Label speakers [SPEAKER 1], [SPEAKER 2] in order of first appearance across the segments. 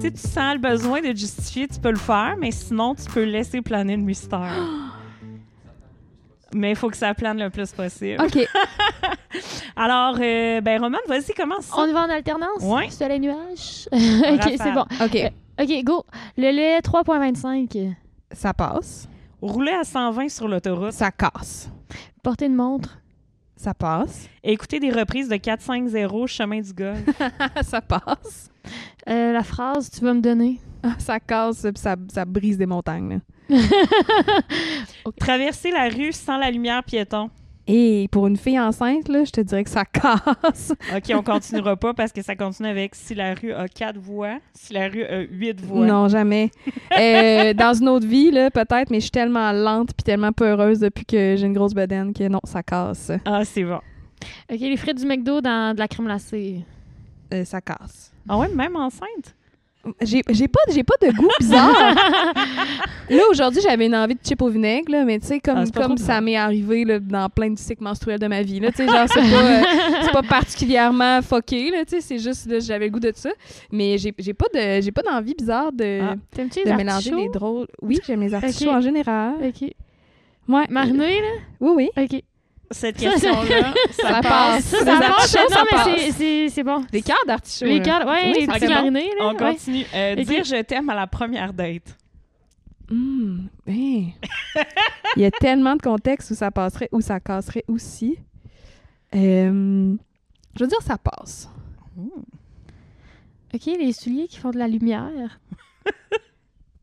[SPEAKER 1] Si tu sens le besoin de te justifier, tu peux le faire, mais sinon, tu peux laisser planer le mystère. mais il faut que ça plane le plus possible.
[SPEAKER 2] OK.
[SPEAKER 1] Alors, euh, ben, Roman, vas-y, commence. ça.
[SPEAKER 2] On y va en alternance?
[SPEAKER 1] Ouais.
[SPEAKER 2] Soleil, nuage? OK, c'est
[SPEAKER 1] Rafale.
[SPEAKER 2] bon.
[SPEAKER 3] OK,
[SPEAKER 2] OK, go. Le lait 3.25.
[SPEAKER 3] ça passe.
[SPEAKER 1] Rouler à 120 sur l'autoroute.
[SPEAKER 3] Ça casse.
[SPEAKER 2] Porter une montre.
[SPEAKER 3] Ça passe.
[SPEAKER 1] Écouter des reprises de 4-5-0 Chemin du Golfe.
[SPEAKER 3] ça passe.
[SPEAKER 2] Euh, la phrase, tu vas me donner.
[SPEAKER 3] Ah, Ça casse, puis ça, ça brise des montagnes. là.
[SPEAKER 1] Traverser la rue sans la lumière piéton.
[SPEAKER 3] Et pour une fille enceinte, là, je te dirais que ça casse.
[SPEAKER 1] OK, on continuera pas parce que ça continue avec si la rue a quatre voies, si la rue a huit voies.
[SPEAKER 3] Non, jamais. Euh, dans une autre vie, là, peut-être, mais je suis tellement lente puis tellement peu heureuse depuis que j'ai une grosse bedaine que non, ça casse.
[SPEAKER 1] Ah, c'est bon.
[SPEAKER 2] OK, les frites du McDo dans de la crème glacée.
[SPEAKER 3] Euh, ça casse.
[SPEAKER 1] Ah ouais, même enceinte?
[SPEAKER 3] J'ai j'ai pas, j'ai pas de goût bizarre. là, aujourd'hui, j'avais une envie de chip au vinaigre, là, mais tu sais, comme,
[SPEAKER 1] Ah, c'est pas
[SPEAKER 3] comme
[SPEAKER 1] trop
[SPEAKER 3] ça m'est arrivé là, dans plein de cycles menstruels de ma vie. Là, tu sais, genre, c'est pas, euh, c'est pas particulièrement fucké, là, tu sais, c'est juste, là, j'avais le goût de ça. Mais j'ai j'ai pas de- j'ai pas d'envie bizarre de,
[SPEAKER 1] Ah,
[SPEAKER 2] T'aimes-tu
[SPEAKER 3] de
[SPEAKER 2] les
[SPEAKER 3] mélanger
[SPEAKER 2] artichauts?
[SPEAKER 3] les drôles. Oui, j'aime les artichauts
[SPEAKER 2] Ok.
[SPEAKER 3] en général.
[SPEAKER 2] OK.
[SPEAKER 3] Ouais.
[SPEAKER 2] Mariné, là?
[SPEAKER 3] Oui, oui.
[SPEAKER 2] OK. Ah,
[SPEAKER 1] Cette question-là, ça,
[SPEAKER 3] Ah, Ça
[SPEAKER 1] passe.
[SPEAKER 3] passe.
[SPEAKER 2] Ça,
[SPEAKER 3] Les
[SPEAKER 2] ça passe. hein?
[SPEAKER 3] artichauts,
[SPEAKER 2] Non,
[SPEAKER 3] ça
[SPEAKER 2] mais
[SPEAKER 3] passe. hein.
[SPEAKER 2] c'est- c'est- c'est bon.
[SPEAKER 3] Des cœurs d'artichaut.
[SPEAKER 2] Les
[SPEAKER 3] là.
[SPEAKER 2] cartes, ouais,
[SPEAKER 3] Oui,
[SPEAKER 2] les
[SPEAKER 3] ça,
[SPEAKER 2] petits
[SPEAKER 3] c'est bon.
[SPEAKER 2] marinés, là.
[SPEAKER 1] On
[SPEAKER 2] ouais.
[SPEAKER 1] continue. Euh,
[SPEAKER 2] Ok.
[SPEAKER 1] Dire je t'aime à la première date.
[SPEAKER 3] Hmm, hein. Il y a tellement de contextes où ça passerait, où ça casserait aussi. Euh, je veux dire, ça passe.
[SPEAKER 2] OK, les souliers qui font de la lumière.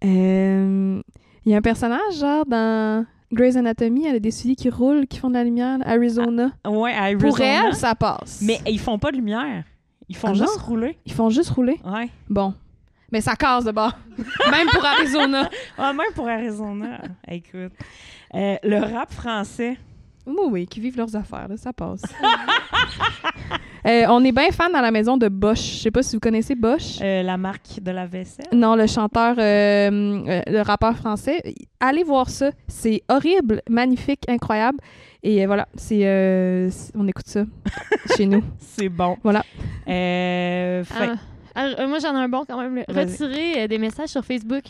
[SPEAKER 3] Euh, Il y a un personnage, genre, dans Grey's Anatomy, elle a des souliers qui roulent, qui font de la lumière, Arizona.
[SPEAKER 1] Ouais, à Ah, Arizona.
[SPEAKER 3] Pour elle, ça passe.
[SPEAKER 1] Mais ils font pas de lumière. Ils font
[SPEAKER 3] Ah
[SPEAKER 1] juste
[SPEAKER 3] non?
[SPEAKER 1] rouler.
[SPEAKER 3] Ils font juste rouler.
[SPEAKER 1] Ouais.
[SPEAKER 3] Bon. Mais ça casse de bord. Même pour Arizona.
[SPEAKER 1] Ah, même pour Arizona. Écoute. Euh, le rap français.
[SPEAKER 3] Oui, oui, qui vivent leurs affaires, là, ça passe. Euh, on est bien fan dans la maison de Bosch. Je sais pas si vous connaissez Bosch.
[SPEAKER 1] Euh, la marque de la vaisselle.
[SPEAKER 3] Non, le chanteur, euh, euh, le rappeur français. Allez voir ça. C'est horrible, magnifique, incroyable. Et euh, voilà, c'est, euh, c'est- on écoute ça chez nous.
[SPEAKER 1] C'est bon.
[SPEAKER 3] Voilà.
[SPEAKER 1] Euh, fait-
[SPEAKER 2] Ah, ah, moi, j'en ai un bon quand même. là.
[SPEAKER 1] Vas-y.
[SPEAKER 2] Retirer euh, des messages sur Facebook.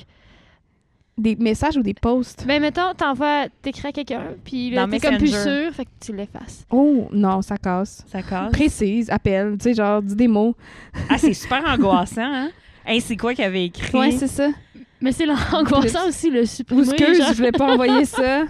[SPEAKER 3] Des messages ou des posts?
[SPEAKER 2] Ben, mettons, t'envoies, t'écris à quelqu'un, puis là,
[SPEAKER 1] Dans
[SPEAKER 2] t'es comme plus
[SPEAKER 1] Messenger.
[SPEAKER 2] sûr, fait que tu l'effaces.
[SPEAKER 3] Oh, non, ça casse.
[SPEAKER 1] Ça casse.
[SPEAKER 3] Précise, appelle, tu sais, genre, dis des mots.
[SPEAKER 1] Ah, c'est super angoissant, hein? Hey, c'est quoi qu'il avait écrit?
[SPEAKER 3] Ouais, c'est ça.
[SPEAKER 2] Mais c'est l'angoissant aussi, le supprimer.
[SPEAKER 3] Ou excuse,
[SPEAKER 2] genre.
[SPEAKER 3] je voulais pas envoyer ça.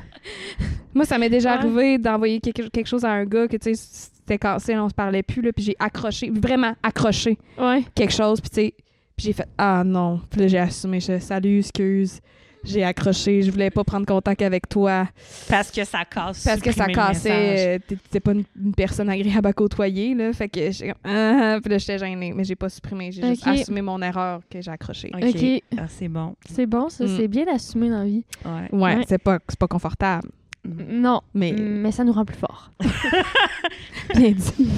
[SPEAKER 3] Moi, ça m'est déjà
[SPEAKER 2] Ouais.
[SPEAKER 3] arrivé d'envoyer quelque, quelque chose à un gars que, tu sais, c'était cassé, on se parlait plus, là, puis j'ai accroché, vraiment accroché
[SPEAKER 2] Ouais.
[SPEAKER 3] quelque chose, puis tu sais, puis j'ai fait ah non, puis là j'ai assumé, je salut, excuse, j'ai accroché, je voulais pas prendre contact avec toi
[SPEAKER 1] Parce que ça casse.
[SPEAKER 3] parce que ça
[SPEAKER 1] supprimer le message.
[SPEAKER 3] cassait, euh, t'es t'es pas une, une personne agréable à côtoyer là, fait que j'ai comme, ah, ah, puis là j'étais gênée, mais j'ai pas supprimé, j'ai
[SPEAKER 2] Ok.
[SPEAKER 3] juste assumé mon erreur que j'ai accroché.
[SPEAKER 1] OK.
[SPEAKER 2] OK.
[SPEAKER 1] Ah, c'est bon.
[SPEAKER 2] C'est bon, ça.
[SPEAKER 3] Mm.
[SPEAKER 2] C'est bien d'assumer dans la vie.
[SPEAKER 1] Ouais. Mm.
[SPEAKER 3] Ouais,
[SPEAKER 2] Ouais.
[SPEAKER 3] c'est pas c'est pas confortable,
[SPEAKER 2] Non.
[SPEAKER 3] mais
[SPEAKER 2] Mais ça nous rend plus fort.
[SPEAKER 3] bien dit.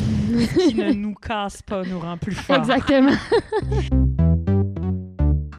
[SPEAKER 1] Qui ne nous casse pas nous rend plus forts.
[SPEAKER 2] Exactement.